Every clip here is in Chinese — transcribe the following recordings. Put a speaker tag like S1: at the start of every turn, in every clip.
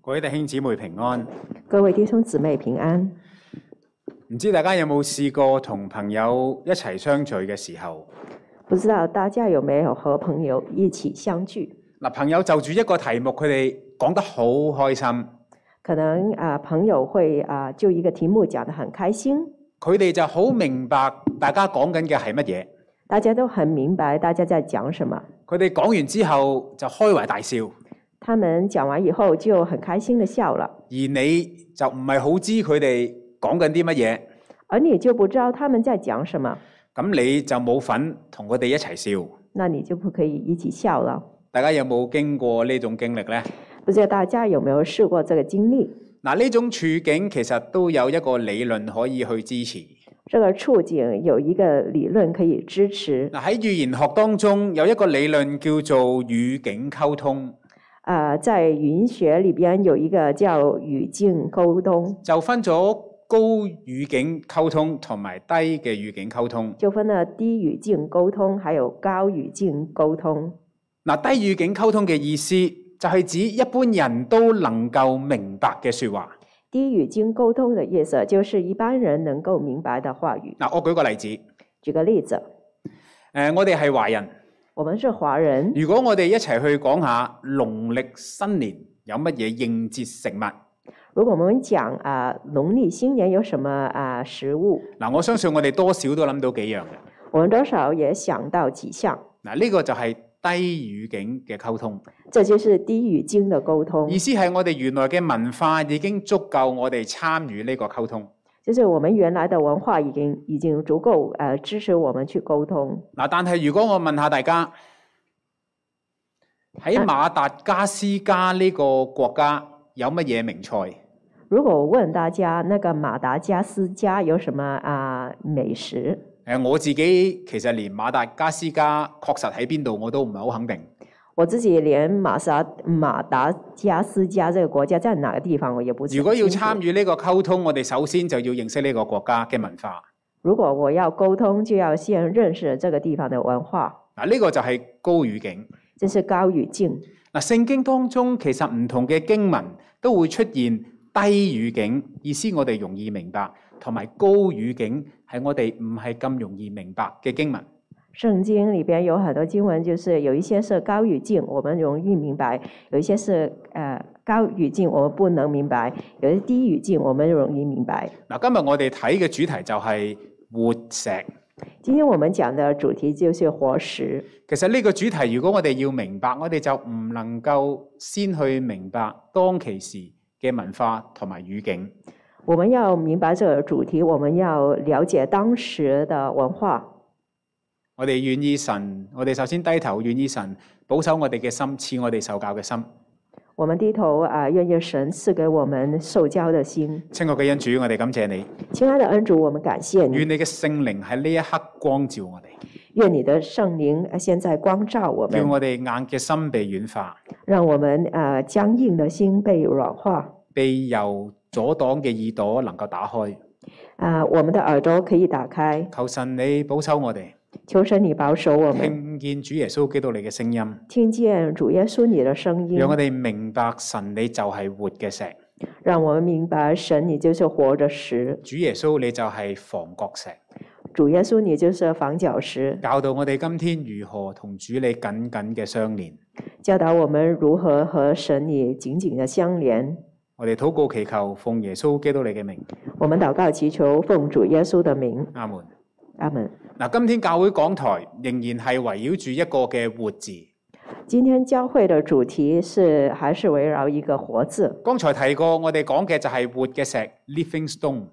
S1: 各位弟兄姊妹平安。
S2: 各位弟兄姊妹平安。
S1: 唔知大家有冇試過同朋友一齊相聚嘅時候，
S2: 不知道大家有没有和朋友一起相聚？
S1: 嗱，朋友就住一個題目，佢哋講得好開心，
S2: 可能啊、朋友会啊、就一个题目讲得很开心，
S1: 佢哋就好明白大家講緊嘅係乜嘢。
S2: 大家都很明白大家在讲什么。
S1: 佢哋講完之後就開懷大笑，
S2: 他们讲完以后就很开心的笑了，
S1: 而你就唔係好知佢哋講緊啲乜嘢，
S2: 而你就不知道他们在讲什么，
S1: 咁你就冇份同佢哋一齊笑。
S2: 那你就不可以一起笑了。
S1: 大家有冇經過呢種經歷呢？
S2: 不知道大家有没有试过这个经历？
S1: 嗱，呢種處境其實都有一個理論可以去支持。
S2: 这个处境有一个理论可以支持，
S1: 嗱喺語言學當中有一個理論叫做語境溝通，
S2: 啊，在语音学里边有一个叫语境沟通，
S1: 就分咗高語境溝通同埋低嘅語境溝通。
S2: 就分了低语境沟通，还有高语境沟通。
S1: 嗱，低語境溝通嘅意思就係指一般人都能夠明白嘅説話。
S2: 低语境沟通的意思就是一般人能够明白的话语。
S1: 嗱，我舉個例子，誒、
S2: 举个例子，
S1: 我哋係華人，
S2: 我们是华人，
S1: 如果我哋一齊去講下農曆新年有乜嘢應節食物，
S2: 如果我们讲啊农历新年有什么啊食物，
S1: 嗱，我相信我哋多少都諗到幾樣嘅。
S2: 我们多少也想到几项。
S1: 嗱，呢個就係低語境嘅溝通。
S2: 这就是低语境的沟通
S1: 意，思係我哋原來嘅文化已經足夠我哋參與呢個溝通。
S2: 就是我们原来的文化已经已经足够呃支持我们去沟通。
S1: 嗱，但係如果我問下大家，喺
S2: 啊
S1: 馬達加斯加呢個國家有乜嘢名菜？
S2: 如果我问大家那个马达加斯加有什么啊、美食，
S1: 誒，我自己其實連馬達加斯加確實喺邊度我都唔係好肯定。
S2: 我自己连马萨马达加斯加这个国家在哪個地方我也不知。
S1: 如果要參，與呢個溝通，我哋首先就要認識呢個國家嘅文化。
S2: 如果我要沟通，就要先认识这个地方的文化，
S1: 嗱，呢個就係高語境。
S2: 这是高语境。
S1: 嗱，聖經當中其實唔同嘅經文都會出現低語境，意思我哋容易明白，同埋高語境係我哋唔係咁容易明白嘅經文。
S2: 圣经里边有很多经文，就是有一些是高语境，我们容易明白；有一些是呃高语境，我们不能明白；有些低语境，我们容易明白。
S1: 嗱，今日我哋睇嘅主題就係活石。
S2: 今天我们讲的主题就是活石。
S1: 其實呢個主題，如果我哋要明白，我哋就唔能夠先去明白當其時嘅文化同埋語境。
S2: 我们要明白这个主题，我们要了解当时的文化。
S1: 我哋願意神，我哋首先低頭願意神保守我哋嘅心，賜我哋受教嘅心。
S2: 我们低头啊，愿意神赐给我们受教的心。
S1: 親愛嘅恩主，我哋感謝你。
S2: 亲爱的恩主，我们感谢你
S1: 愿，你嘅圣灵喺呢一刻光照我哋，
S2: 愿你的圣灵呃现在光照我
S1: 叫
S2: 们，
S1: 我哋硬嘅心被软化，
S2: 让我们啊僵硬的心被软化
S1: 被由阻挡嘅耳朵能够打开。
S2: 啊、我们的耳朵可以打开。
S1: 求神你保守我哋，
S2: 求神你保守我们，
S1: 听见主耶稣基督你嘅声音，
S2: 听见主耶稣你的声音
S1: 让，我哋明白神你就系活嘅石，
S2: 让我们明白神你就是活着石，
S1: 主耶稣你就系房角石，
S2: 主耶稣你就是房角石，
S1: 教导我哋今天如何同主你紧紧嘅相连。
S2: 教导我们如何和神你紧紧的相连。
S1: 我哋祷告祈求，奉耶稣基督你嘅名，
S2: 我们祷告祈求，奉主耶稣的名，
S1: 阿门。
S2: 阿门。
S1: 嗱，今天教会讲台仍然系围绕住一个嘅活字。
S2: 今天教会的主题是还是围绕一个“活”字。
S1: 剛才提過，我哋講嘅就係活嘅石 （living stone）。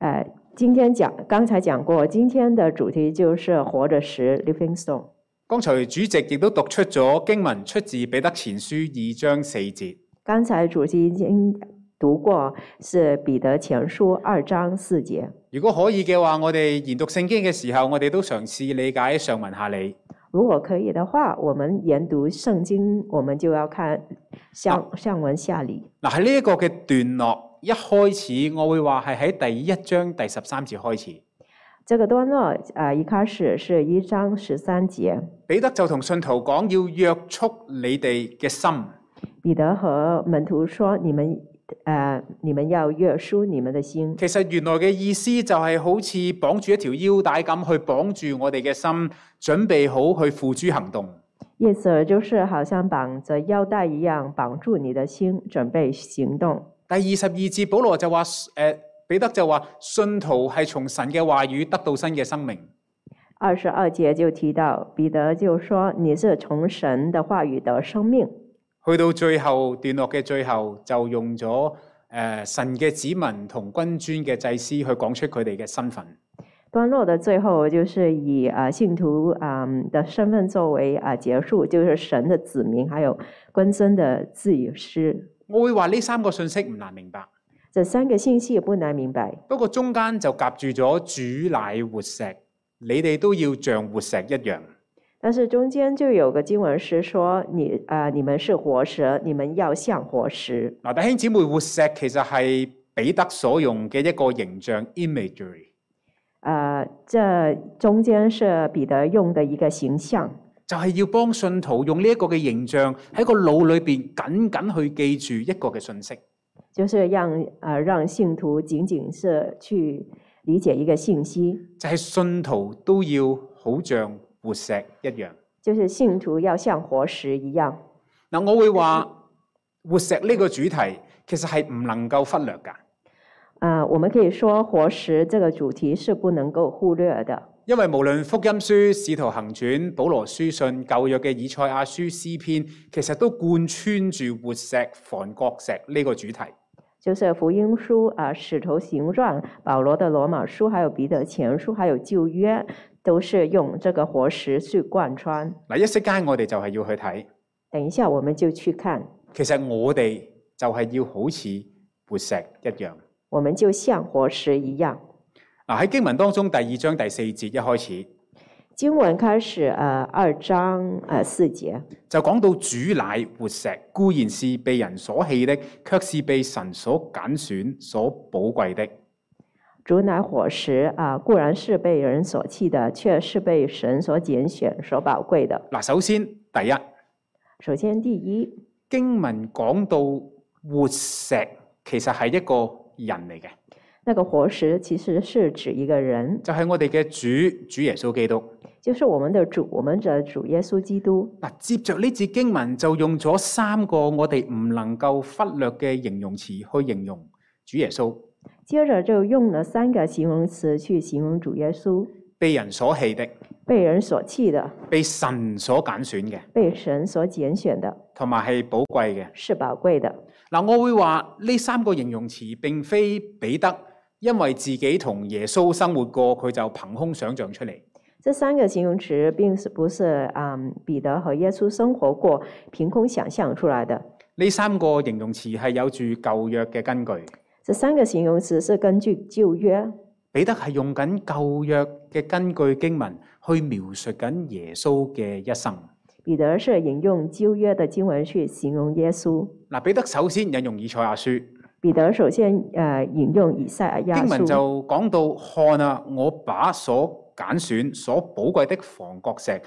S2: 呃，今天讲，刚才讲过，今天的主题就是“活着石 ”（Living Stone）。
S1: 剛才主席亦都讀出咗經文，出自彼得前書二章四節。
S2: 刚才主席已经读过，是彼得前书二章四节。
S1: 如果可以嘅話，我哋研讀聖經嘅時候，我哋都嘗試理解上文下理。
S2: 如果可以的话，我们研读圣经，我们就要看
S1: 啊
S2: 上上文下理。
S1: 嗱，喺呢一個嘅段落一開始，我會話係喺第一章第十三節開始。
S2: 这个段落，呃，一开始是一章十三节。
S1: 彼得就同信徒講要約束你哋嘅心，
S2: 彼得和门徒说：“你们，呃，你们要约束你们的心。
S1: 其實原來嘅意思就係好似綁住一條腰帶咁，去綁住我哋嘅心，準備好去付諸行動。”
S2: 意思就是好像绑着腰带一样，绑住你的心，准备行动。
S1: 第二十二節，保羅就話：诶、彼得就話，信徒係從神嘅話語得到新嘅生命。
S2: 二十二节就提到彼得就说：“你是从神的话语得生命。”
S1: 去到最後段落嘅最後，就用咗诶、呃神嘅子民同君尊嘅祭司去講出佢哋嘅身份。
S2: 段落的最后就是以啊信徒啊的身份作为啊结束，就是神的子民，还有归真的祭师。
S1: 我會話呢三個信息唔難明白，
S2: 这三个信息也不难明白，
S1: 不過中間就夾住咗主乃活石，你哋都要像活石一樣。
S2: 但是中间就有个经文是说你啊、你们是活石，你们要像活石。
S1: 嗱，弟兄姊妹，活石其實係彼得所用嘅一個形象 imagery，
S2: 啊，这中间是彼得用的一个形象，
S1: 就係要幫信徒用呢一個嘅形象喺個腦裏邊緊緊去記住一個嘅信息。
S2: 就是让呃让信徒仅仅是去理解一个信息，
S1: 就係信徒都要好像活石一樣。
S2: 就是信徒要像活石一样。
S1: 嗱，我會話活石呢個主題其實係唔能夠忽略㗎，
S2: 呃，我们可以说活石这个主题是不能够忽略的，
S1: 因為無論福音書、使徒行傳、保羅書信、舊約嘅以賽亞書、詩篇，其實都貫穿住活石、房角石呢個主題。
S2: 就是福音书啊、使徒行传、保罗的罗马书，还有彼得前书，还有旧约，都是用这个活石去贯穿。
S1: 嗱，一息間我哋就係要去睇，
S2: 等一下我们就去看，
S1: 其實我哋就係要好似活石一樣。
S2: 我们就像活石一样。
S1: 嗱喺經文當中第二章第四節一開始
S2: 经文开始，呃，二章呃四节，
S1: 就講到主乃活石，固然是被人所棄的，卻是被神所揀選、所寶貴的。
S2: 主乃火石啊、固然是被人所弃的，却是被神所拣选、所宝贵的。
S1: 嗱，首先第一
S2: 首先，第一，
S1: 經文講到活石其實係一個人嚟嘅，
S2: 那个活石其实是指一个人，
S1: 就係、我哋嘅主主耶穌基督。
S2: 就是我们的主，我们的主耶穌基督。
S1: 嗱，接着呢節經文就用咗三個我哋唔能夠忽略嘅形容詞去形容主耶穌，
S2: 接着就用了三个形容词去形容主耶稣：
S1: 被人所棄的，
S2: 被人所弃的，
S1: 被神所揀選嘅，
S2: 被神所揀选的，
S1: 同埋係寶貴嘅。
S2: 是宝贵的。
S1: 嗱，我會話呢三個形容詞並非彼得因為自己同耶穌生活過，佢就憑空想像出嚟。
S2: 这三个形容词并是不是啊、嗯彼得和耶稣生活过凭空想象出来的？
S1: 呢三個形容詞係有住舊約嘅根據。
S2: 这三个形容词是根據舊約
S1: 彼得係用緊舊約嘅根據經文去描述緊耶穌嘅一生。
S2: 彼得是引用旧约的经文去形容耶稣。
S1: 嗱，彼得首先引用以賽亞書
S2: 彼得首先呃引用以赛亚
S1: 經文
S2: 书，
S1: 就講到：看啊，我把所揀選、所寶貴的房角石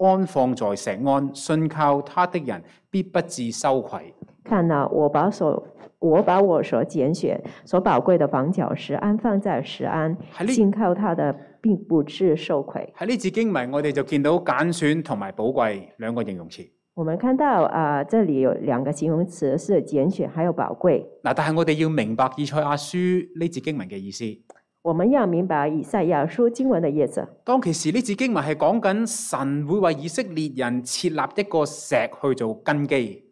S1: 安放在錫安，信靠他的人必不致羞愧。
S2: 看呐、我把所我把我所拣选、所宝贵的房角石安放在石安，
S1: 喺呢
S2: 信靠他的并不致受愧。
S1: 喺呢節經文，我哋就見到揀選同埋寶貴兩個形容詞。
S2: 我们看到啊、这里有两个形容词是拣选还有宝贵。
S1: 嗱，但係我哋要明白以賽亞書呢節經文嘅意思。
S2: 我们要明白以赛亚书经文的意思。
S1: 當其時呢節經文係講緊神會為以色列人設立一個石去做根基。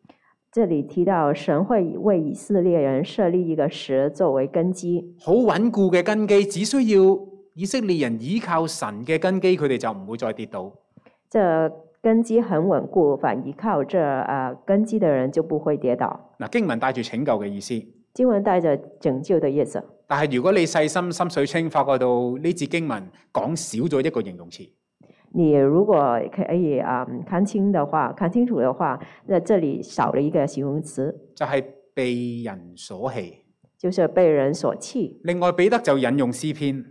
S2: 这里提到神会为以色列人设立一个石作为根基，
S1: 好穩固嘅根基，只需要以色列人依靠神嘅根基，佢哋就唔會再跌倒。
S2: 这根基很稳固，反依靠这呃根基的人就不会跌倒。
S1: 嗱，經文帶住拯救嘅意思，
S2: 经文带着拯救的意思，
S1: 但係如果你細心心水清，發覺到呢節經文講少咗一個形容詞，
S2: 你如果可以啊、嗯看清的话，看清楚的话，那这里少了一个形容词，
S1: 就係、被人所棄。
S2: 就是被人所弃。
S1: 另外，彼得就引用詩篇，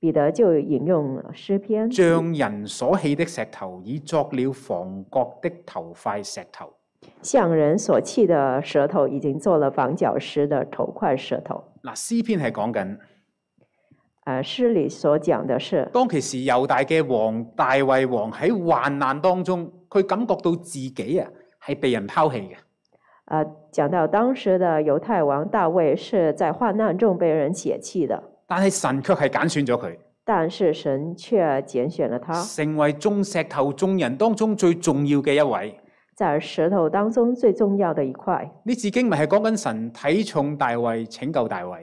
S2: 彼得就引用诗篇，
S1: 像人所棄的石頭，已作了房角的頭塊石頭。
S2: 向人所弃的舌头已经做了防脚石的头块舌头。
S1: 嗱，詩篇係講緊
S2: 呃，诗里所讲的是，
S1: 當其時猶大嘅王大衛王喺患難當中，佢感覺到自己啊係被人拋棄嘅。
S2: 呃，讲到当时的犹太王大卫是在患难中被人血气的，
S1: 但係神卻係揀選咗
S2: 但是神却拣选了他，
S1: 佢，成為眾石頭眾人當中最重要嘅一位。
S2: 在石头当中最重要的一块。
S1: 呢次經文係講緊神睇重大衛，拯救大衛。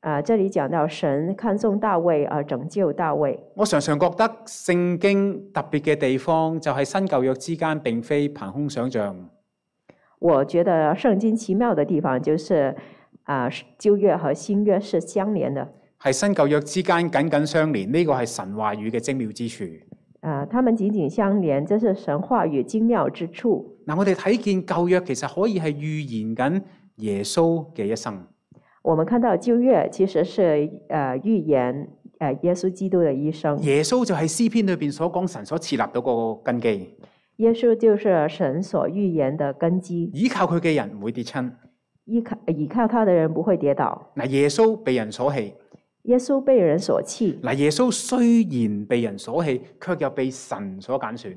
S2: 啊、这里讲到神看重大卫而拯救大卫。
S1: 我常常覺得聖經特別嘅地方就係新舊約之間並非憑空想像，
S2: 我觉得圣经奇妙的地方就是，啊、旧约和新约是相连的，
S1: 係新舊約之間緊緊相連。呢、個係神話語嘅精妙之處。
S2: 啊、它们紧紧相连，这是神话与精妙之处。
S1: 嗱，我哋睇見舊約其實可以係預言緊耶穌嘅一生。
S2: 我们看到旧约其实是呃预言呃耶稣基督的一生，
S1: 耶穌就係詩篇裏邊所講神所設立到個根基，
S2: 耶稣就是神所预言的根基，
S1: 依靠佢嘅人唔會跌親。
S2: 依靠依靠他的人不会跌倒。
S1: 嗱，耶穌被人所棄，
S2: 耶稣被人所弃，
S1: 嗱，耶穌雖然被人所棄，卻又被神所揀選。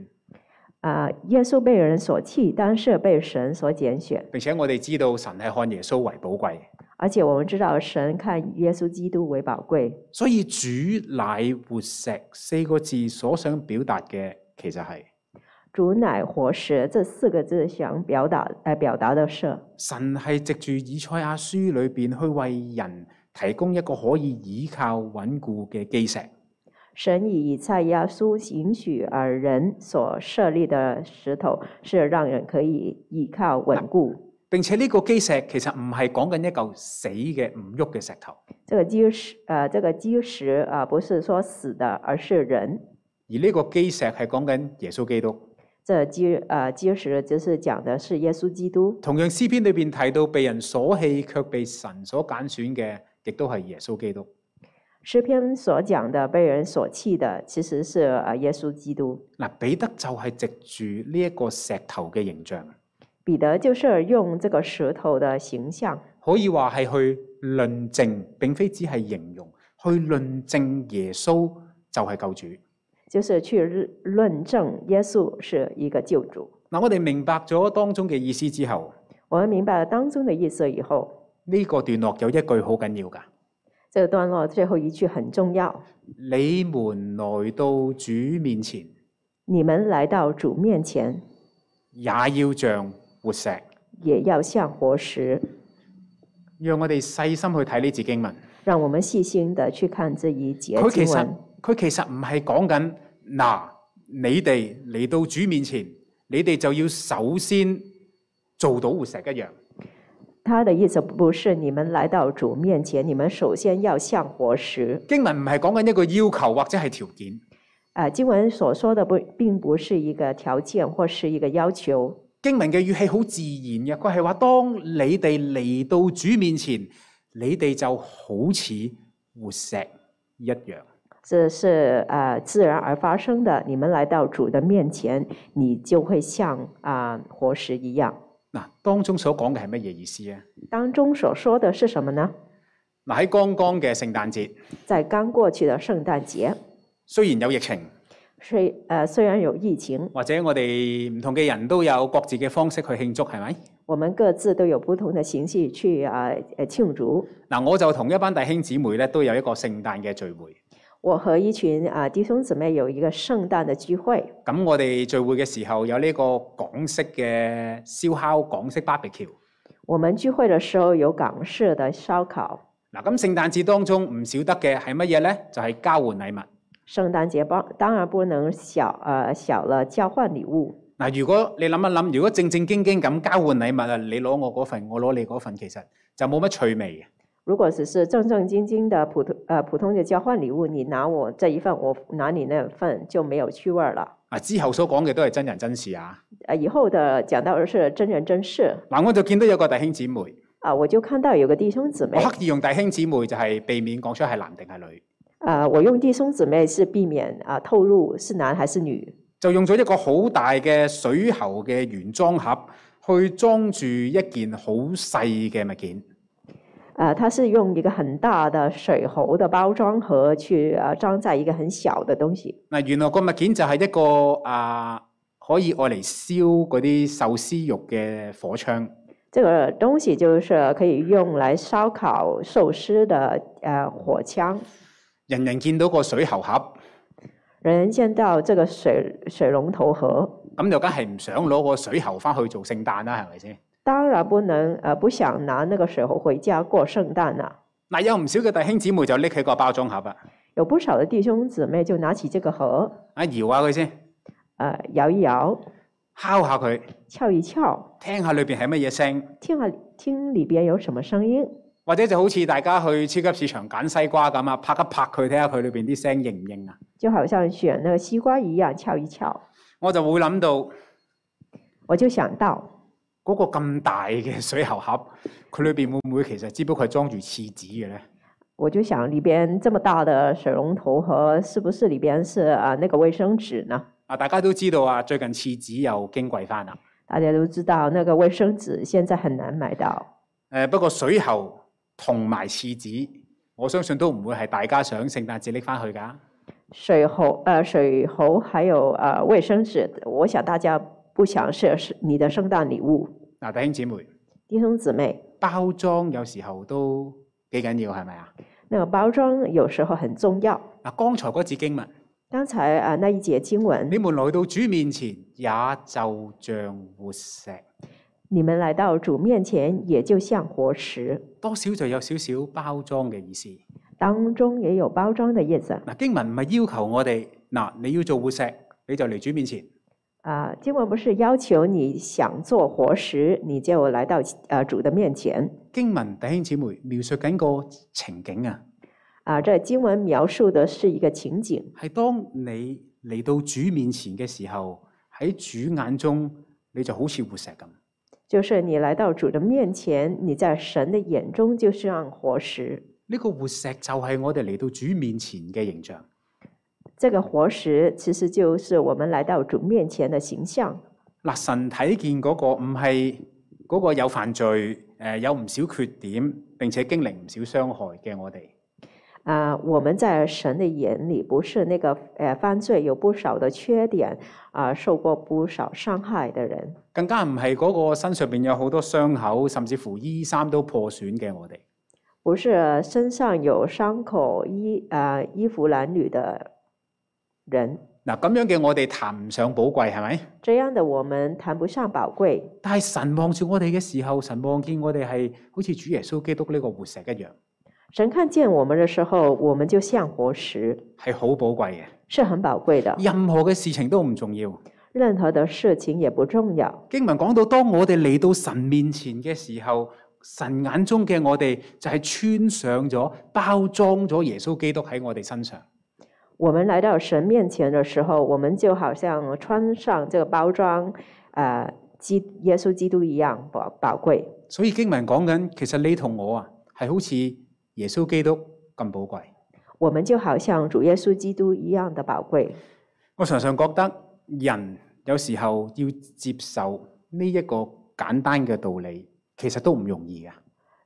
S2: 啊、耶穌被人所弃，但是被神所拣选，
S1: 並且我哋知道神係看耶穌為寶貴，
S2: 而且我们知道神看耶稣基督为宝贵。
S1: 所以主乃活石四個字所想表達嘅其實係
S2: 主乃活石这四个字想表达呃表达的是，
S1: 神係藉住以賽亞書裏邊去為人提供一個可以倚靠穩固嘅基石。
S2: 神以以赛亚书允许而人所设立的石头，是让人可以依靠稳固。
S1: 並且呢個基石其實唔係講緊一嚿死嘅唔喐嘅石頭，
S2: 这个基石呃这个基石啊、呃不是说死的，而是人。
S1: 而呢個基石係講緊耶穌基督。
S2: 这基呃基石就是讲的是耶稣基督。
S1: 同樣詩篇裏邊提到被人所棄卻被神所揀選嘅，亦都係耶穌基督。
S2: 诗篇所讲的被人所弃的，其实是呃耶稣基督。
S1: 嗱，彼得就係藉住呢一個石頭嘅形象，
S2: 彼得就是用这个石头的形象
S1: 可以話係去論證，並非只係形容，去論證耶穌就係救主。
S2: 就是去论证耶稣是一个救主。
S1: 嗱，我哋明白咗當中嘅意思之後，
S2: 我们明白了当中的意思以后，
S1: 呢、個段落有一句好緊要㗎：
S2: 这个段落最后一句很重要：
S1: 你們來到主面前，
S2: 你们来到主面前，
S1: 也要像活石。
S2: 也要像活石。
S1: 讓我哋細心去睇呢節經文，
S2: 让我们细心的去看这一节
S1: 佢其
S2: 经
S1: 實
S2: 文，
S1: 佢其實唔係講緊嗱，你哋嚟到主面前，你哋就要首先做到活石一樣。
S2: 他的意思不是你们来到主面前，你们首先要像活石。
S1: 經文唔係講緊一個要求或者係條件，
S2: 啊、经文所说的不并不是一个条件或是一个要求，
S1: 經文嘅語氣好自然嘅，佢係話當你哋嚟到主面前，你哋就好似活石一樣。
S2: 这是呃自然而发生的。你们来到主的面前，你就会像啊、活石一样。
S1: 嗱，當中所講嘅係乜嘢意思啊？
S2: 当中所说的是什么呢？
S1: 嗱，喺剛剛嘅聖誕節，
S2: 在刚过去的圣诞节，
S1: 雖然有疫情，
S2: 虽呃虽然有疫情，
S1: 或者我哋唔同嘅人都有各自嘅方式去慶祝，係咪？
S2: 我们各自都有不同的形式去啊呃庆祝。
S1: 嗱，我就同一班弟兄姊妹咧，都有一個聖誕嘅聚會。
S2: 我和一群啊弟兄姊妹有一个圣诞的聚会，
S1: 咁我哋聚會嘅時候有呢個港式嘅燒烤、港式 barbecue。
S2: 我们聚会的时候有港式的烧烤，
S1: 嗱，咁聖誕節當中唔少得嘅係乜嘢呢？就係、交換禮物。
S2: 圣诞节包当然不能小呃小了交换礼物。
S1: 嗱，如果你諗一諗，如果正正經經咁交換禮物啊，你攞我嗰份，我攞你嗰份，其實就冇乜趣味嘅。
S2: 如果只是正正经经的普通呃普通的交换礼物，你拿我这一份，我拿你那份就没有趣味儿了。
S1: 啊，之後所講嘅都係真人真事啊。
S2: 呃，以后的讲到的是真人真事，
S1: 嗱，我就見到有個弟兄姊妹，
S2: 啊，我就看到有个弟兄姊妹
S1: 我，刻意用弟兄姊妹就係避免講出係男定係女，
S2: 啊，我用弟兄姊妹是避免啊透露是男还是女，
S1: 就用咗一個好大嘅水喉嘅原裝盒去裝住一件好細嘅物件。
S2: 呃，它是用一个很大的水喉的包装盒去呃装在一个很小的东西。
S1: 嗱，原來個物件就係一個啊可以愛嚟燒嗰啲壽司肉嘅火槍。
S2: 这个东西就是可以用来烧烤寿司的呃火枪。
S1: 人人見到個水喉盒，
S2: 人见到这个水水龙头盒，
S1: 咁就梗係唔想攞個水喉翻去做聖誕啦，係咪先？
S2: 当然不能呃不想拿那个水壶回家过圣诞了、
S1: 嗱，有唔少嘅弟兄姊妹就拎起個包裝盒啊，
S2: 有不少的弟兄姊妹就拿起这个盒，
S1: 啊搖下佢先，
S2: 呃摇一摇，
S1: 敲下佢，
S2: 撬一撬，
S1: 聽下裏邊係乜嘢聲，
S2: 听下听里边有什么声音，
S1: 或者就好似大家去超級市場揀西瓜咁啊，拍一拍佢睇下佢裏邊啲聲應唔應啊。
S2: 就好像选那个西瓜一样撬一撬。
S1: 我就會諗到
S2: 我就想到
S1: 嗰、個咁大嘅水喉盒，佢裏邊會唔會其實只不過係裝住廁紙嘅咧？
S2: 我就想里边这么大的水龙头盒，是不是里边是啊那个卫生纸呢？
S1: 啊，大家都知道啊，最近廁紙又矜貴翻啦。
S2: 大家都知道那个卫生纸现在很难买到，
S1: 誒、不過水喉同埋廁紙，我相信都唔會係大家想聖誕節拎翻去㗎。
S2: 水喉呃水喉还有呃卫生纸，我想大家不想是是你的圣诞礼物，
S1: 嗱，弟兄姊妹，
S2: 弟兄姊妹，
S1: 包裝有時候都幾緊要，係咪啊？
S2: 那个包装有时候很重要。
S1: 嗱，剛才嗰節經文，
S2: 刚才啊、呃那一节经文，
S1: 你們來到主面前，也就像活石，
S2: 你们来到主面前，也就像活石，
S1: 多少就有少少包裝嘅意思。
S2: 当中也有包装的意思。
S1: 嗱，經文唔係要求我哋，嗱，你要做活石，你就嚟主面前。
S2: 啊，经文不是要求你想做活石，你就来到呃主的面前
S1: 經文弟兄姊妹描述緊個情景啊，
S2: 啊。这经文描述的是一个情景，
S1: 係當你嚟到主面前嘅時候，喺主眼中你就好似活石咁。
S2: 就是你来到主的面前，你在神的眼中就像活石。
S1: 呢、個活石就係我哋嚟到主面前嘅形象。
S2: 这个活石其实就是我们来到主面前的形象。
S1: 嗱，神睇見嗰個唔係嗰個有犯罪、誒、有唔少缺點，並且經歷唔少傷害嘅我哋。
S2: 啊，我们在神的眼里不是那个呃犯罪有不少的缺点啊、受过不少伤害的人，
S1: 更加唔係嗰個身上邊有好多傷口，甚至乎衣衫都破損嘅我哋。
S2: 不是身上有伤口、衣啊、衣服褴褛的人，
S1: 嗱，咁樣嘅我哋談唔上寶貴，係咪？
S2: 这样的我们谈不上宝贵。
S1: 但係神望住我哋嘅時候，神望見我哋係好似主耶穌基督呢個活石一樣，
S2: 神看见我们的时候，我们就像活石，
S1: 係好寶貴嘅。
S2: 是很宝贵的。
S1: 任何嘅事情都唔重要。
S2: 任何的事情也不重要。
S1: 經文講到，當我哋嚟到神面前嘅時候，神眼中嘅我哋就係穿上咗、包裝咗耶穌基督喺我哋身上。
S2: 我们来到神面前的时候，我们就好像穿上这个包装，呃，基耶稣基督一样宝宝贵。
S1: 所以經文講緊，其實你同我啊，係好似耶穌基督咁寶貴。
S2: 我们就好像主耶稣基督一样的宝贵。
S1: 我常常覺得人有時候要接受呢一個簡單嘅道理，其實都唔容易嘅。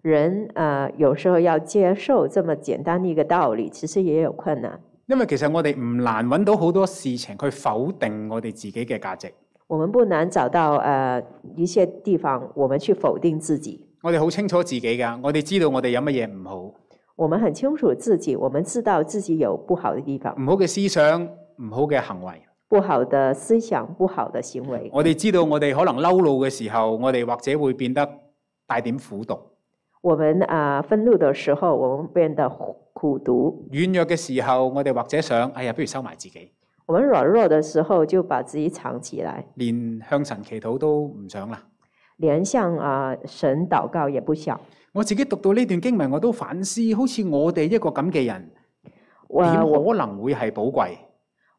S2: 人呃，有时候要接受这么简单的一个道理，其实也有困难。
S1: 因為其實我哋唔難揾到好多事情去否定我哋自己嘅價值。
S2: 我们不难找到呃一些地方，我们去否定自己。
S1: 我哋好清楚自己㗎，我哋知道我哋有乜嘢唔好。
S2: 我们很清楚自己，我们知道自己有不好的地方、
S1: 唔好嘅思想、唔好嘅行為。
S2: 不好的思想、不好的行为。
S1: 我哋知道我哋可能嬲怒嘅時候，我哋或者會變得帶點苦毒；
S2: 我们啊、呃愤怒的时候，我们变得苦毒；
S1: 軟弱嘅時候，我哋或者想，哎呀，不如收埋自己，
S2: 我们软弱的时候，就把自己藏起来，
S1: 連向神祈禱都唔想啦。
S2: 连向啊、呃神祷告也不想。
S1: 我自己讀到呢段經文，我都反思，好似我哋一個咁嘅人，
S2: 我
S1: 點
S2: 我
S1: 可能會係寶貴？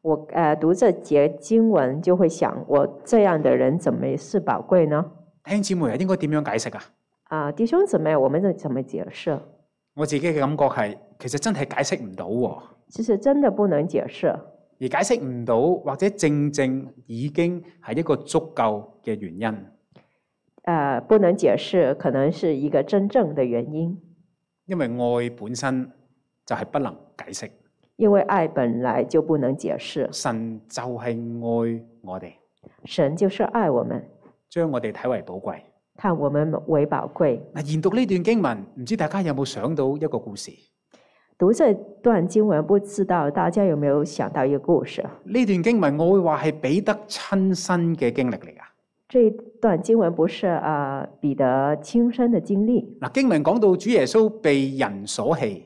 S2: 我呃读这节经文就会想，我这样的人怎么是宝贵呢？
S1: 弟兄姊妹啊，應該點樣解釋啊？
S2: 啊、弟兄姊妹，我们这怎么解释？
S1: 我自己嘅感覺係，其實真係解釋唔到喎。
S2: 其实真的不能解释，
S1: 而解釋唔到，或者正正已經係一個足夠嘅原因。
S2: 呃不能解释，可能是一个真正的原因，
S1: 因為愛本身就係不能解釋，
S2: 因为爱本来就不能解释，
S1: 神就係愛我哋，
S2: 神就是爱我们，
S1: 將我哋睇為寶貴。
S2: 看我们为宝贵。
S1: 嗱，研讀呢段經文，唔知大家有冇想到一個故事？
S2: 读这段经文，不知道大家有没有想到一个故事？啊
S1: 呢段經文我會話係彼得親身嘅經歷嚟噶。
S2: 这一段经文不是呃彼得亲身的经历，
S1: 嗱，經文講到主耶穌被人所棄，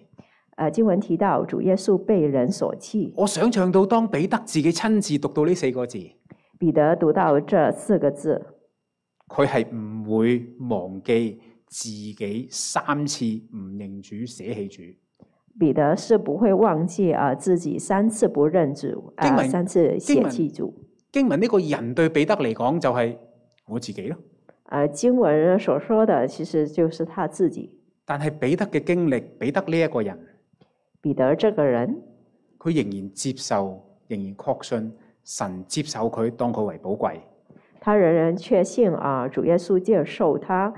S2: 呃，经文提到主耶稣被人所弃。
S1: 我想象到當彼得自己親自讀到呢四個字，
S2: 彼得读到这四个字，
S1: 佢係唔會忘記自己三次唔認主、捨棄主。
S2: 彼得是不会忘记啊、呃自己三次不认主，啊、
S1: 经文
S2: 三次
S1: 经
S2: 写
S1: 文
S2: 弃主。
S1: 經文呢個人對彼得嚟講就係我自己咯，
S2: 呃，经文所说的其实就是他自己。
S1: 但係彼得嘅經歷，彼得呢一個人。
S2: 彼得这个人，
S1: 佢仍然接受，仍然確信神接受佢，當佢為寶貴。
S2: 他仍然确信啊、主耶稣接受他，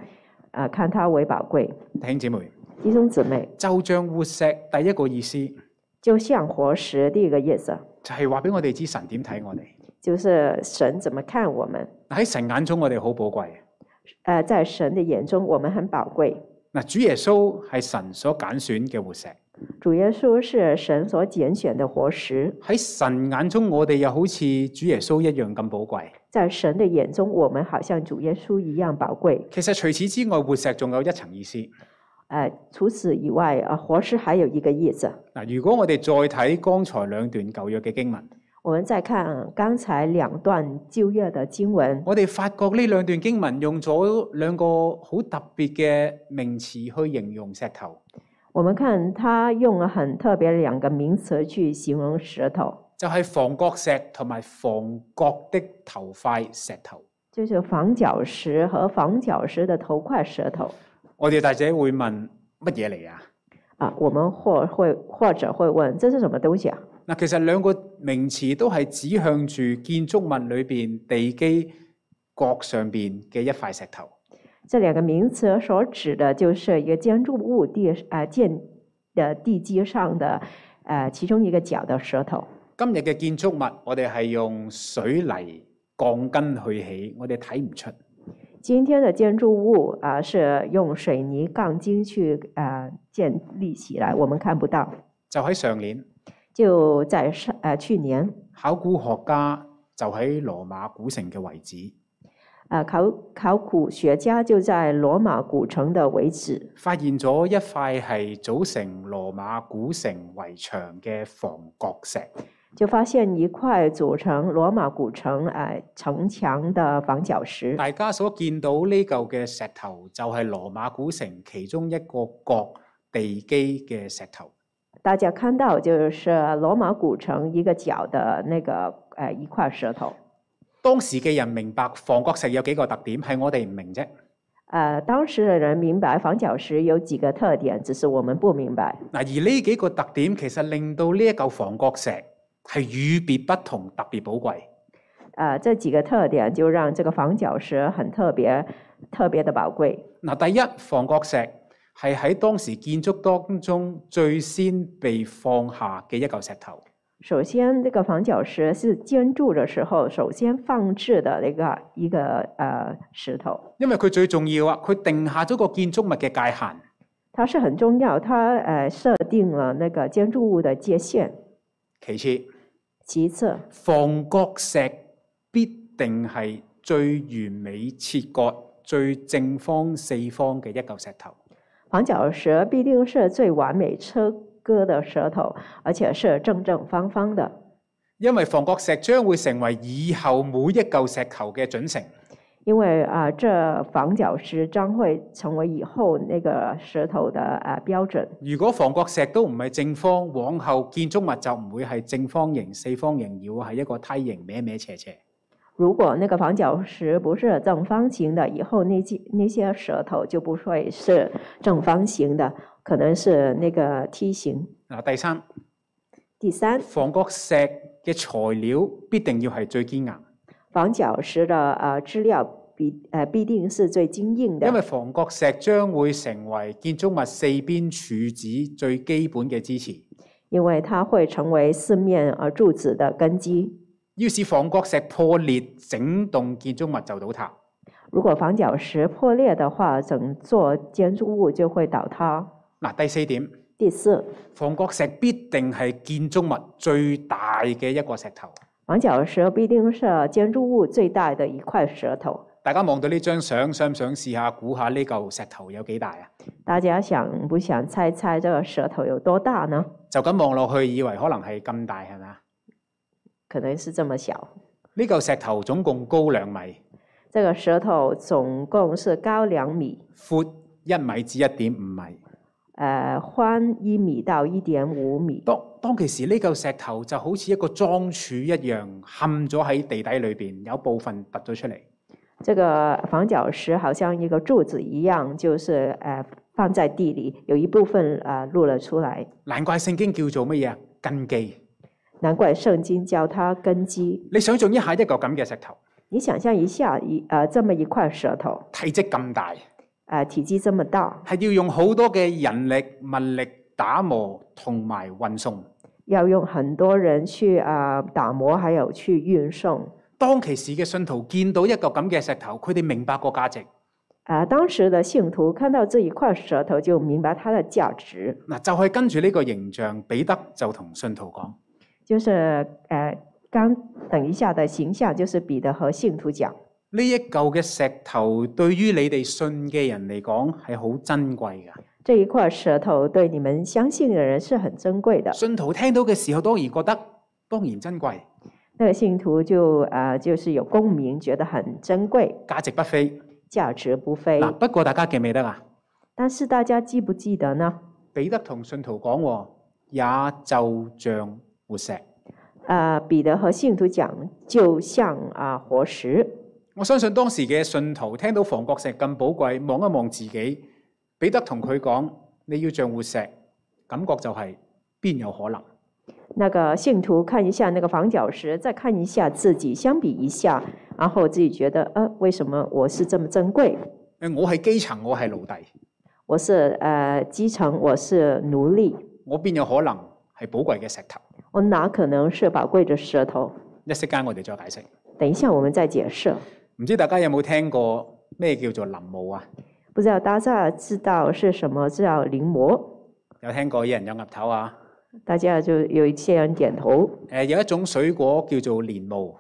S2: 啊、看他为宝贵。
S1: 弟兄姊妹，
S2: 弟兄姊妹，
S1: 就像活石第一個意思
S2: 就像活石，第一个意思
S1: 就係話俾我哋知神點睇我哋。
S2: 就是神怎么看我们。
S1: 喺神眼中，我哋好寶貴。
S2: 呃，在神的眼中，我们很宝贵。
S1: 嗱，主耶穌係神所揀選嘅活石，
S2: 主耶稣是神所拣选的活石，
S1: 喺神眼中，我哋又好似主耶穌一樣咁寶貴。
S2: 在神的眼中，我们好像主耶稣一样宝贵。
S1: 其實除此之外，活石仲有一層意思。
S2: 呃，除此以外，啊，活石还有一个意思。
S1: 嗱，如果我哋再睇剛才兩段舊約嘅經文，
S2: 我们再看刚才两段就业的经文，
S1: 我哋發覺呢兩段經文用咗兩個好特別嘅名詞去形容石頭，
S2: 我们看他用了很特别的两个名词去形容石头，
S1: 就係房角石同埋房角的頭塊石頭。
S2: 就是房角石和房角石的头块石头
S1: 我哋大姐會問乜嘢嚟啊？
S2: 啊。我们或会或者会问，这是什么东西啊？
S1: 嗱，其實兩個名詞都係指向住建築物裏邊地基角上邊嘅一塊石頭。
S2: 这两个名词所指的就是一个建筑物地啊、建的地基上的呃其中一个角的石头。
S1: 今日嘅建築物，我哋係用水泥鋼筋去起，我哋睇唔出。
S2: 今天的建筑物啊、是用水泥钢筋去呃建立起来，我们看不到。
S1: 就喺上年，
S2: 就在上呃去年
S1: 考古學家就喺羅馬古城嘅遺址，
S2: 呃考考古学家就在罗马古城的遗址
S1: 發現咗一塊係組成羅馬古城圍牆嘅房角石。
S2: 就发现一块组成罗马古城呃城墙的房角石。
S1: 大家所見到呢嚿嘅石頭，就係羅馬古城其中一個角地基嘅石頭。
S2: 大家看到就是罗马古城一个角的那个呃一块石头。
S1: 當時嘅人明白房角石有幾個特點，係我哋唔明啫。
S2: 呃，当时的人明白房角石有几个特点，只是我们不明白。
S1: 嗱，而呢幾個特點其實令到呢一嚿房角石係與別不同，特別寶貴。
S2: 呃，这几个特点就让这个房角石很特别，特别的宝贵。
S1: 嗱，第一房角石係喺當時建築當中最先被放下嘅一嚿石頭。
S2: 首先，这个房角石是建筑的时候首先放置的那个一个呃石头，
S1: 因為佢最重要啊，佢定下咗個建築物嘅界限。
S2: 它是很重要，它呃设定了那个建筑物的界限。
S1: 其次，
S2: 其次，
S1: 房角石必定係最完美切割、最正方四方嘅一嚿石頭。
S2: 房角石必定是最完美切割的石头，而且是正正方方的，
S1: 因為房角石將會成為以後每一嚿石頭嘅準繩。
S2: 因为啊、这房角石将会成为以后那个石头的啊、标准。
S1: 如果房角石都唔係正方，往後建築物就唔會係正方形、四方形，要係一個梯形，歪歪斜斜。
S2: 如果那个房角石不是正方形的，以后那些那些石头就不会是正方形的，可能是那个梯形。
S1: 嗱，第三，
S2: 第三，
S1: 房角石嘅材料必定要係最堅硬。
S2: 房角石的啊、质料必呃必定是最坚硬
S1: 因
S2: 的，
S1: 為房角石將會成為建築物四邊柱子最基本嘅支持。
S2: 因为它会成为四面而柱子的根基。
S1: 要是房角石破裂，整棟建築物就倒塌。
S2: 如果房角石破裂的话，整座建筑物就会倒塌。
S1: 嗱，第四點，
S2: 第四，
S1: 房角石必定係建築物最大嘅一個石頭。
S2: 房角石必定是建筑物最大的一块石头。
S1: 大家望到呢張相，想唔想試下估下呢嚿石頭有幾大啊？
S2: 大家想不想猜猜这个石头有多大呢？
S1: 就咁望落去，以為可能係咁大係咪啊？
S2: 可能是这么小。
S1: 呢嚿石頭總共高兩米，
S2: 这个石头总共是高两米，
S1: 闊一米至一點五米。
S2: 呃，宽一米到一點五米。
S1: 當當其時，呢嚿石頭就好似一個樁柱一樣，冚咗喺地底裏邊，有部分突咗出嚟。
S2: 这个房角石好像一个柱子一样，就是呃放在地里，有一部分呃露了出来。
S1: 難怪聖經叫做乜嘢啊？根基。
S2: 难怪圣经叫它根基。
S1: 你想象一下一嚿咁嘅石頭，
S2: 你想象一下，一呃这么一块石头，
S1: 體積咁大，
S2: 呃体积这么大，
S1: 係要用好多嘅人力物力打磨同埋運送。
S2: 要用很多人去啊、呃打磨，还有去运送。
S1: 當其時嘅信徒見到一嚿咁嘅石頭，佢哋明白個價值。
S2: 啊、当时的信徒看到这一块石头，就明白它的价值，
S1: 嗱，就係跟住呢個形象，彼得就同信徒講：
S2: 就是呃，刚等一下的形象，就是彼得和信徒讲，
S1: 呢一嚿嘅石頭對於你哋信嘅人嚟講係好珍貴㗎。
S2: 这一块石头对你们相信的人是很珍贵的。
S1: 信徒聽到嘅時候，當然覺得當然珍貴，
S2: 那个信徒就呃，就是有共鸣，觉得很珍贵，
S1: 價值不菲。
S2: 价值不菲。
S1: 嗱，不過大家記唔記得啊？
S2: 但是大家记不记得呢？
S1: 彼得同信徒講喎，也就像活石。
S2: 呃，彼得和信徒讲，就像啊、活石。
S1: 我相信當時嘅信徒聽到房角石咁寶貴，望一望自己，彼得同佢講：你要像活石，感覺就係、邊有可能？
S2: 那个信徒看一下那个房角石，再看一下自己，相比一下，然后自己觉得，呃，为什么我是这么珍贵？
S1: 誒，我係基層，我係奴隸，
S2: 我是呃基层，我是奴隶，
S1: 我邊有可能係寶貴嘅石頭？
S2: 我哪可能是宝贵的石头？
S1: 一息間我哋再解釋。
S2: 等一下我们再解释。
S1: 唔知大家有冇聽過咩叫做臨摹啊？
S2: 不知道大家知道是什么叫临摹？
S1: 有聽過有人有岌頭啊？
S2: 大家就有一些人点头。
S1: 誒、呃有一種水果叫做蓮霧，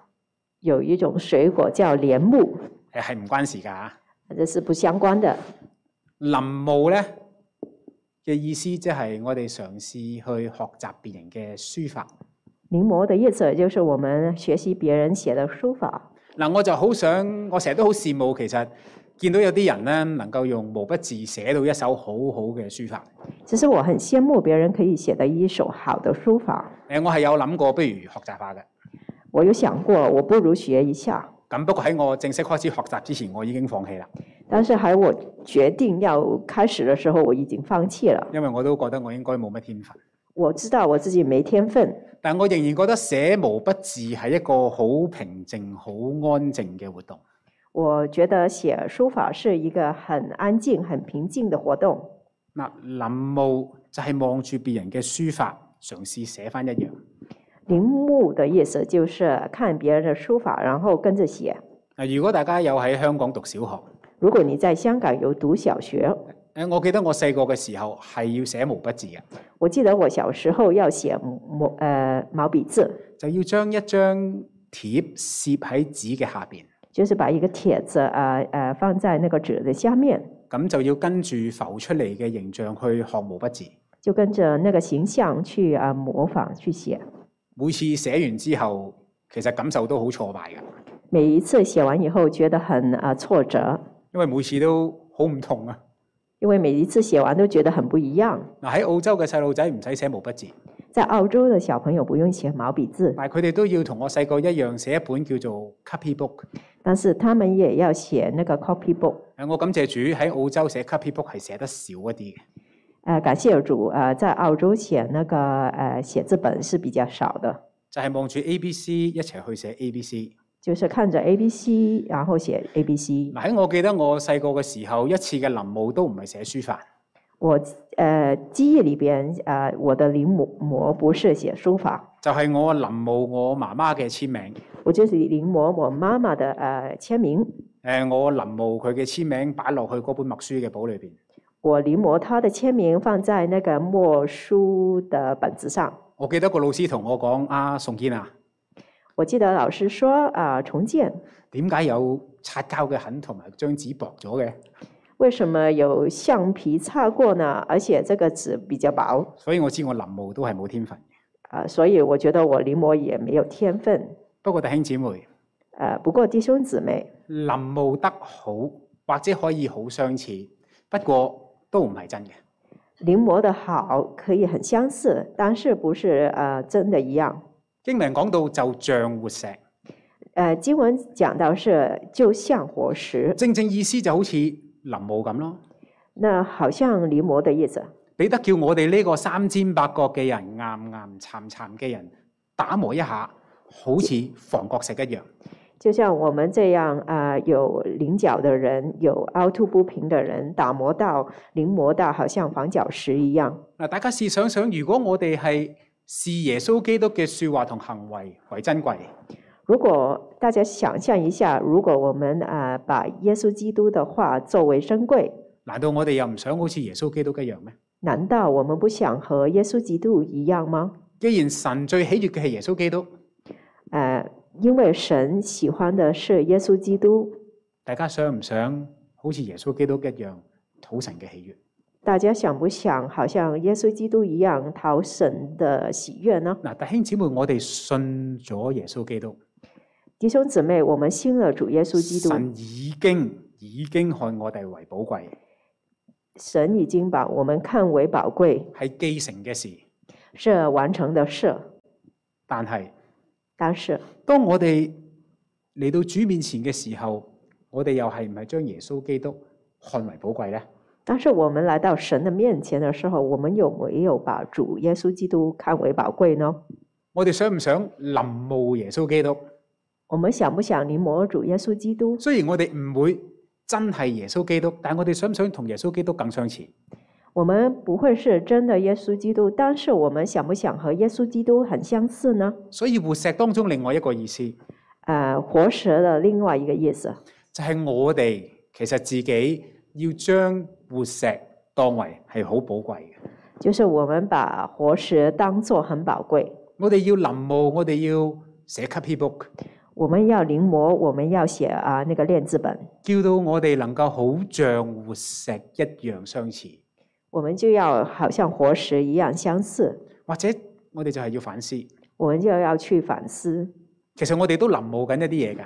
S2: 有一种水果叫莲雾，
S1: 誒呃係唔關事㗎。
S2: 这是不相关的。
S1: 臨摹咧嘅意思即係我哋嘗試去學習別人嘅書法。
S2: 临摹的意思就是我们学习别人写的书法。
S1: 嗱，我就好想，我成日都好羨慕，其實見到有啲人咧能夠用毛筆字寫到一手好好嘅書法。
S2: 其实我很羡慕别人可以写的一手好的书法。
S1: 誒，我係有諗過，不如學習下嘅。
S2: 我有想过，我不如学一下，
S1: 咁不過喺我正式開始學習之前，我已經放棄啦，
S2: 但是还我决定要开始的时候，我已經放棄了。
S1: 因為我都覺得我應該冇乜天分。
S2: 我知道我自己没天分，
S1: 但我仍然覺得寫毛筆字係一個好平靜、好安靜嘅活動。
S2: 我覺得写书法是一个很安靜、很平靜的活動。
S1: 嗱，臨摹就係望住別人嘅書法，嘗試寫翻一樣。
S2: 臨摹的意思就是看別人的書法，然后跟着写。
S1: 嗱，如果大家有喺香港讀小學，
S2: 如果你在香港有讀小學，
S1: 誒，我記得我細個嘅時候係要寫毛筆字嘅，
S2: 我記得我小時候要寫毛呃毛筆字，
S1: 就要將一張貼攝喺紙嘅下邊，
S2: 就是把一個帖子呃呃放在那個紙的下面，
S1: 咁就要跟住浮出嚟嘅形象去學毛筆字。
S2: 就跟着那個形象去啊、呃模仿去寫。
S1: 每次寫完之後，其實感受都好挫敗嘅，
S2: 每一次写完以后覺得很啊、呃挫折，
S1: 因為每次都好唔同啊。
S2: 因为每一次写完都覺得很不一樣。
S1: 嗱，喺澳洲嘅細路仔唔使寫毛筆字，
S2: 在澳洲的小朋友不用寫毛筆字，
S1: 但係佢哋都要同我細個一樣寫一本叫做 copy book。
S2: 但是他們也要寫那個 copy book。
S1: 誒，我感謝主喺澳洲寫 copy book 係寫得少一啲嘅。
S2: 呃，感謝主，呃，在澳洲寫那個呃写字本是比較少的，
S1: 就係望住 A、B、C 一齊去寫 A、B、C，
S2: 就是看着 A、B、C，然后写 A、B、C。
S1: 嗱喺我記得我細個嘅時候，一次嘅臨摹都唔係寫書法，
S2: 我呃记忆里边呃我的临摹摹不是写书法，
S1: 就係、我臨摹我媽媽嘅簽名。
S2: 我就是临摹我妈妈的呃签名，
S1: 誒、我臨摹佢嘅簽名擺落去嗰本默書嘅簿裏邊。
S2: 我临摹她的签名放在那个默书的本子上。
S1: 我記得個老師同我講：啊，宋堅啊，
S2: 我记得老师说啊、重建
S1: 點解有擦膠嘅痕同埋張紙薄咗嘅？
S2: 为什么有橡皮擦过呢？而且这个纸比较薄
S1: 所以我知我臨摹都係冇天分嘅。
S2: 啊、所以我觉得我临摹也没有天分。
S1: 不過弟兄姊妹，
S2: 呃，不过弟兄姊妹，
S1: 臨摹得好或者可以好相似，不過都唔係真嘅。
S2: 临摹的好可以很相似，但是不是呃真的一样。
S1: 經文講到就像活石，
S2: 呃，经文讲到是就像活石，
S1: 正正意思就好似臨摹咁咯。
S2: 那好像临摹的意思。
S1: 彼得叫我哋呢個三尖八角嘅人、岩岩巉巉嘅人打磨一下，好似防角石一樣。
S2: 就像我们这样啊、呃有棱角的人，有凹凸不平的人，打磨到临摹到好像房角石一样。
S1: 嗱，大家試想想，如果我哋係視耶穌基督嘅説話同行為為珍貴，
S2: 如果大家想象一下，如果我们啊、呃把耶稣基督的话作为珍贵，
S1: 難道我哋又唔想好似耶穌基督一樣咩？
S2: 难道我们不想和耶稣基督一样吗？
S1: 既然神最喜悦嘅係耶穌基督，
S2: 呃，因为神喜欢的是耶稣基督，
S1: 大家想唔想好似耶穌基督一樣討神嘅喜悦？
S2: 大家想不想好像耶稣基督一样讨神的喜悦呢？
S1: 嗱，弟兄姊妹，我哋信咗耶穌基督，
S2: 弟兄姊妹，我们信了主耶稣基督，
S1: 神已經已經看我哋為寶貴，
S2: 神已经把我们看为宝贵，
S1: 係既成嘅事。
S2: 是完成的事。
S1: 但係
S2: 但是，
S1: 當我哋嚟到主面前嘅時候，我哋又係唔係將耶穌基督看為寶貴呢？
S2: 但是我们来到神的面前的时候，我们有没有把主耶稣基督看为宝贵呢？
S1: 我哋想唔想臨摹耶穌基督？
S2: 我们想不想临摹主耶稣基督？
S1: 雖然我哋唔會真係耶穌基督，但我哋想唔想同耶穌基督更相似？
S2: 我们不会是真的耶稣基督，但是我们想不想和耶稣基督很相似呢？
S1: 所以活石當中另外一個意思
S2: 呃，活石的另外一个意思，
S1: 就係我哋其實自己要將活石當為係好寶貴嘅。
S2: 就是我们把活石当作很宝贵，
S1: 我哋要臨摹，我哋要寫 copy book，
S2: 我们要临摹，我们要写啊那个练字本，
S1: 叫到我哋能夠好像活石一樣相似，
S2: 我们就要好像活石一样相似，
S1: 或者我哋就係要反思。
S2: 我们就要去反思，
S1: 其實我哋都臨摹緊一啲嘢㗎。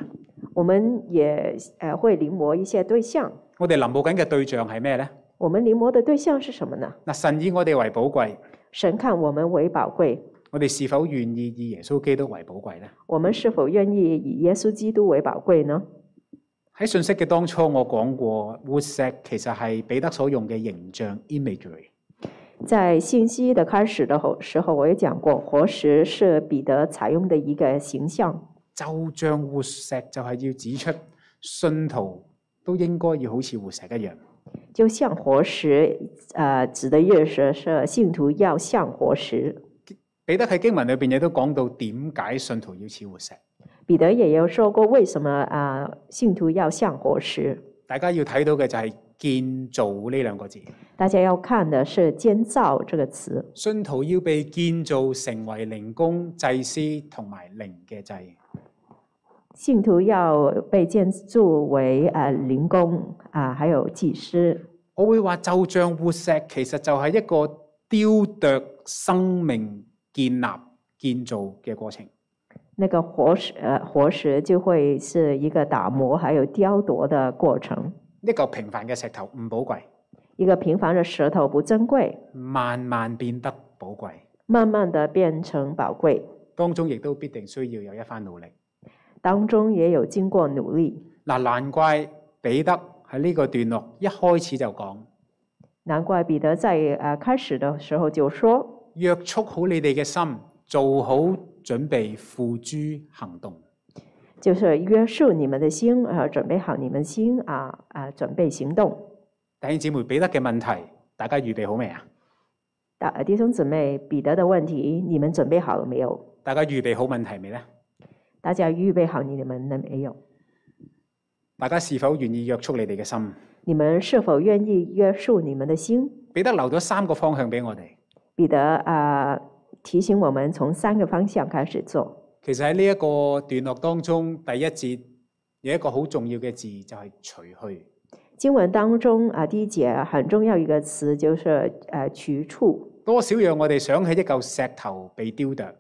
S2: 我们也呃会临摹一些对象，
S1: 我哋臨摹緊嘅對象係咩呢？
S2: 我们临摹的对象是什么呢？
S1: 嗱，神以我哋為寶貴。
S2: 神看我们为宝贵，
S1: 我哋是否願意以耶穌基督為寶貴呢？
S2: 我们是否愿意以耶稣基督为宝贵呢？
S1: 喺信息嘅當初，我講過，活石其實係彼得所用嘅形象 imagery。
S2: 在信息的开始的候时候，我也讲过，活石是彼得采用的一个形象，
S1: 就像活石，就係要指出信徒都應該要好似活石一樣。
S2: 就像活石，呃，指的意思是信徒要像活石。
S1: 彼得喺經文裏邊亦都講到點解信徒要似活石。
S2: 彼得也有说过，为什么啊、呃信徒要像活石？
S1: 大家要睇到嘅就係建造呢兩個字，
S2: 大家要看的是“建造”这个词，
S1: 信徒要被建造成為靈工、祭司同埋靈嘅祭。
S2: 信徒要被建筑为呃灵工啊、还有祭司。
S1: 我會話就像活石，其實就係一個雕琢生命、建立、建造嘅過程。
S2: 那个活石，呃，活石就会是一个打磨还有雕琢的过程。
S1: 一嚿平凡嘅石頭唔寶貴，
S2: 一个平凡的石头不珍贵，
S1: 慢慢變得寶貴，
S2: 慢慢的变成宝贵，
S1: 當中亦都必定需要有一番努力。
S2: 当中也有经过努力。
S1: 嗱，難怪彼得喺呢個段落一開始就講
S2: 难怪彼得在呃开始的时候就说
S1: 約束好你哋嘅心，做好準備付諸行動。：“
S2: 就是约束你们的心，啊，准备好你们心啊啊，准备行动。
S1: 弟兄姊妹，彼得嘅問題，大家預備好未啊？
S2: 大呃弟兄姊妹，彼得的问题，你们准备好了没有？
S1: 大家預備好問題未呢？
S2: 大家预备好你们了没有？
S1: 大家是否願意約束你哋嘅心？
S2: 你们是否愿意约束你们的心？
S1: 彼得留咗三個方向俾我哋。
S2: 彼得啊、提醒我们从三个方向开始做。
S1: 其實喺呢一個段落當中，第一節有一個好重要嘅字就係除去。
S2: 经文当中啊、第一节很重要一个词就是呃取处
S1: 多少讓我哋想起一嚿石頭被雕琢，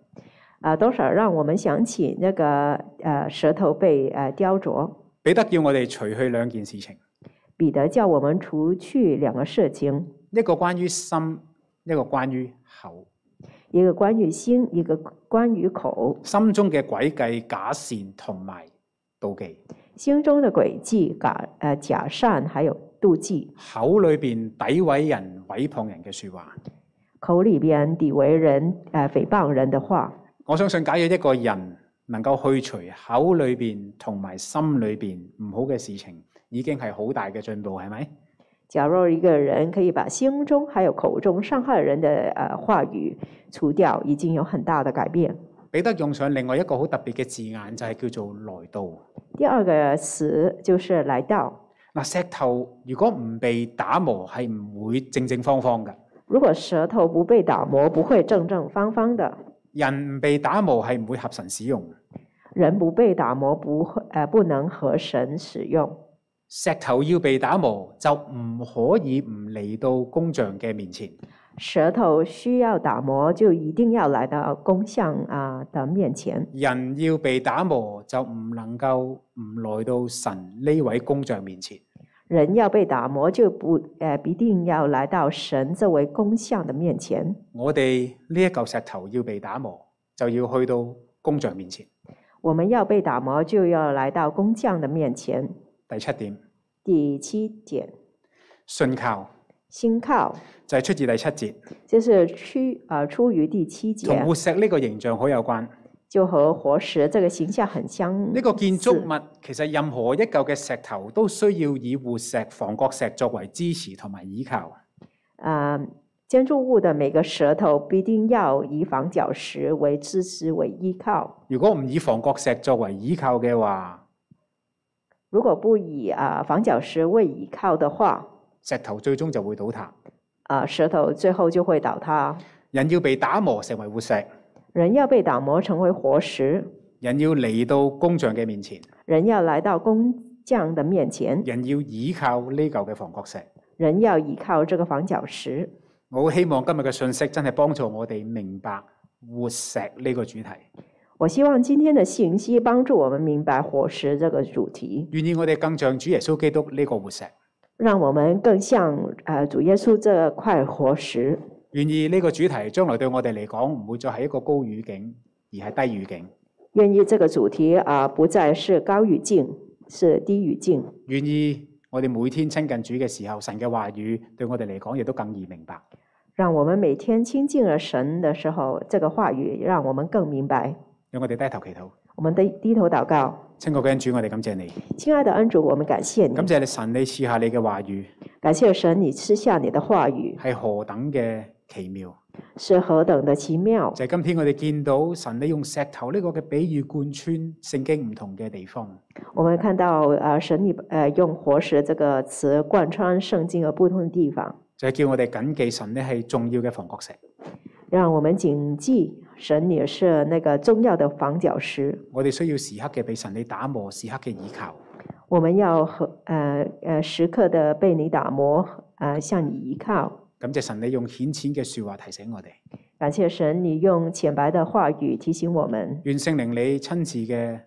S2: 啊、多少让我们想起那个呃舌头被呃雕琢。
S1: 彼得叫我哋除去兩件事情，
S2: 彼得叫我们除去两个事情，
S1: 一個關於心，一個關於口。
S2: 一个关于心，一个关于口。
S1: 心中嘅詭計、假善同埋妒忌，
S2: 心中的诡计、假呃假善，还有妒忌，
S1: 口裏邊詆毀人、毀謗人嘅説話。
S2: 口里边诋为人、呃诽谤人的话。
S1: 我相信，假若一個人能夠去除口裏邊同埋心裏邊唔好嘅事情，已經係好大嘅進步，係咪？
S2: 假若一个人可以把心中还有口中伤害人的呃话语除掉，已经有很大的改变。
S1: 彼得用上另外一個好特別嘅字眼，就係、叫做來到。
S2: 第二个词就是来到。
S1: 嗱，石頭如果唔被打磨，係唔會正正方方嘅。
S2: 如果舌头不被打磨，不会正正方方的；
S1: 人唔被打磨係唔會合神使用。
S2: 人不被打磨，不会呃不能合神使用。
S1: 石頭要被打磨，就唔可以唔嚟到工匠嘅面前。
S2: 舌头需要打磨，就一定要来到公相啊的面前。
S1: 人要被打磨，就唔能夠唔來到神呢位工匠面前。
S2: 人要被打磨，就不呃必定要来到神这位公相的面前。
S1: 我哋呢一嚿石頭要被打磨，就要去到工匠面前。
S2: 我们要被打磨，就要来到工匠的面前。
S1: 第七點，
S2: 第七点，
S1: 信靠
S2: 心靠，
S1: 就係出自第七節，
S2: 这是出呃出于第七
S1: 同
S2: 节，
S1: 活石呢個形象好有關。呢、
S2: 就和活石这个形象很相似。
S1: 個建築物其實任何一嚿嘅石頭都需要以活石、防角石作為支持同埋倚靠。
S2: 啊、建筑物的每个舌头必定要以防角石为支持为依靠。
S1: 如果唔以防角石作為倚靠嘅話，
S2: 如果不以啊防角石为倚靠的话，
S1: 石頭最終就會倒塌。
S2: 啊石头最后就会倒塌。
S1: 人要被打磨成為活石，
S2: 人要被打磨成为活石，
S1: 人要嚟到工匠嘅面前，
S2: 人要来到工匠的面前，
S1: 人要倚靠呢嚿嘅防角石。
S2: 人要依靠这个防角石。
S1: 我好希望今日嘅信息真係幫助我哋明白活石呢個主題，
S2: 我希望今天的信息帮助我们明白活石这个主题，
S1: 願意我哋更像主耶穌基督呢個活石，
S2: 让我们更像呃主耶稣这块活石，
S1: 願意呢個主題將來對我哋嚟講唔會再係一個高語境，而係低語境。
S2: 愿意这个主题啊、不再是高语境，是低语境。
S1: 願意我哋每天親近主嘅時候，神嘅話語對我哋嚟講亦都更易明白。
S2: 让我们每天亲近了神的时候，这个话语让我们更明白。
S1: 讓我哋低頭祈禱。
S2: 我们的低头祷告，
S1: 親愛嘅恩主，我哋感謝你，
S2: 亲爱的恩主，我们感谢你，
S1: 感謝你神，你賜下你嘅話語
S2: 感谢神，你赐下你的话语
S1: 係何等嘅奇妙。
S2: 是何等的奇妙。
S1: 就係今天我哋見到神，你用石頭呢個嘅比喻貫穿聖經唔同嘅地方。
S2: 我们看到，呃，神你呃用“活石”这个词贯穿圣经和不同的地方，
S1: 就係叫我哋謹記神咧係重要嘅防角石，
S2: 让我们谨记神你是那个重要的防角石。
S1: 我哋需要時刻嘅俾神你打磨，時刻嘅倚靠。
S2: 我们要和呃呃时刻的被你打磨，呃向你依靠。
S1: 感謝神你用顯淺嘅説話提醒我哋，
S2: 感谢神，你用浅白的话语提醒我们。
S1: 願聖靈你親自嘅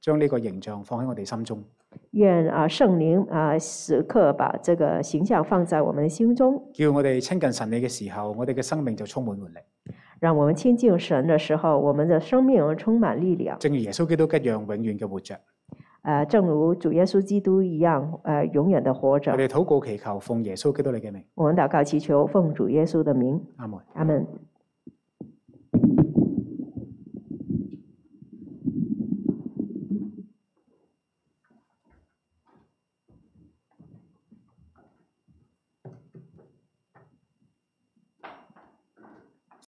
S1: 將呢個形象放喺我哋心中，
S2: 愿啊、圣灵啊、时刻把这个形象放在我们的心中。
S1: 叫我哋親近神你嘅時候，我哋嘅生命就充滿活力。
S2: 让我们亲近神的时候，我们的生命充满力量。
S1: 正如耶穌基督一樣，永遠嘅活着。
S2: 呃，正如主耶稣基督一样，呃，永远的活
S1: 我
S2: 着。
S1: 哋禱告祈求，奉耶穌基督你嘅名，
S2: 我们祷告祈求，奉主耶稣的名，
S1: 阿門。
S2: 阿门。